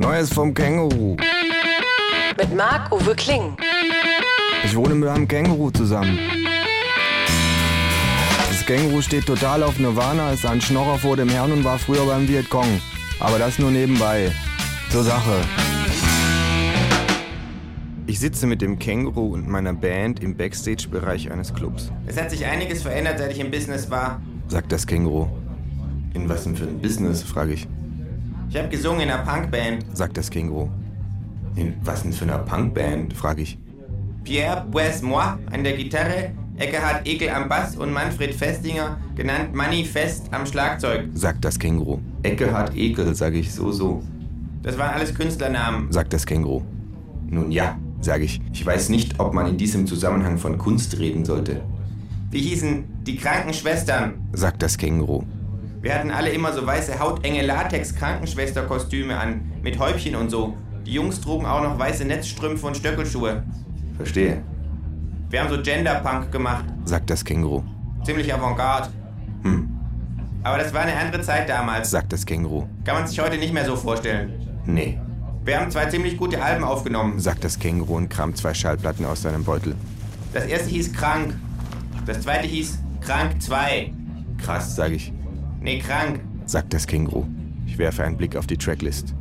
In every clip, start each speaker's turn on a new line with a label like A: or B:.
A: Neues vom Känguru.
B: Mit Marc-Uwe Kling.
A: Ich wohne mit einem Känguru zusammen. Das Känguru steht total auf Nirvana, ist ein Schnorrer vor dem Herrn und war früher beim Vietcong. Aber das nur nebenbei. Zur Sache. Ich sitze mit dem Känguru und meiner Band im Backstage-Bereich eines Clubs,
C: Es hat sich einiges verändert, seit ich im Business war.
A: sagt das Känguru. In was denn für ein Business, frage ich,
C: Ich habe gesungen in einer Punkband.
A: sagt das Känguru. In was denn für einer Punkband, frage ich.
C: Pierre Boismois an der Gitarre, Eckhard Ekel am Bass und Manfred Festinger, genannt Manny Fest, am Schlagzeug.
A: sagt das Känguru. Eckehard Ekel, sage ich so, so,
C: Das waren alles Künstlernamen.
A: sagt das Känguru. Nun ja, sage ich. Ich weiß nicht, ob man in diesem Zusammenhang von Kunst reden sollte,
C: Wir hießen die Krankenschwestern.
A: sagt das Känguru.
C: Wir hatten alle immer so weiße, hautenge Latex-Krankenschwesterkostüme an, mit Häubchen und so. Die Jungs trugen auch noch weiße Netzstrümpfe und Stöckelschuhe.
A: Verstehe,
C: Wir haben so Genderpunk gemacht.
A: sagt das Känguru.
C: Ziemlich Avantgarde. Hm. Aber das war eine andere Zeit damals.
A: Sagt das Känguru.
C: Kann man sich heute nicht mehr so vorstellen.
A: Nee,
C: Wir haben zwei ziemlich gute Alben aufgenommen.
A: sagt das Känguru und kramt zwei Schallplatten aus seinem Beutel.
C: Das erste hieß Krank. Das zweite hieß Krank 2.
A: Krass, sage ich,
C: Nee, Krank.
A: sagt das Känguru. Ich werfe einen Blick auf die Tracklist.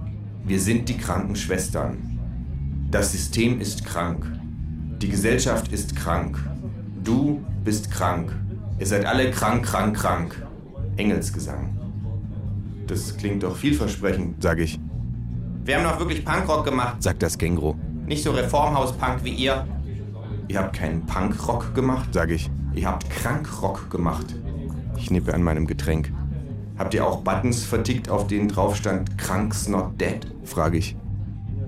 A: Wir sind die Krankenschwestern. Das System ist krank. Die Gesellschaft ist krank. Du bist krank. Ihr seid alle krank, krank, krank. Engelsgesang. Das klingt doch vielversprechend, sage ich,
C: Wir haben auch wirklich Punkrock gemacht.
A: sagt das Känguru.
C: Nicht so Reformhaus-Punk wie ihr.
A: Ihr habt keinen Punkrock gemacht, sage ich. Ihr habt Krankrock gemacht. Ich nippe an meinem Getränk. Habt ihr auch Buttons vertickt, auf denen drauf stand Krank's not dead? frage ich,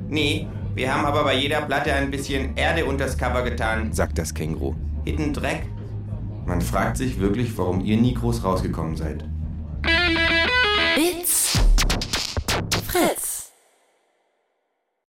C: Nee, wir haben aber bei jeder Platte ein bisschen Erde unters Cover getan.
A: sagt das Känguru.
C: Hidden Dreck.
A: Man fragt sich wirklich, warum ihr nie groß rausgekommen seid.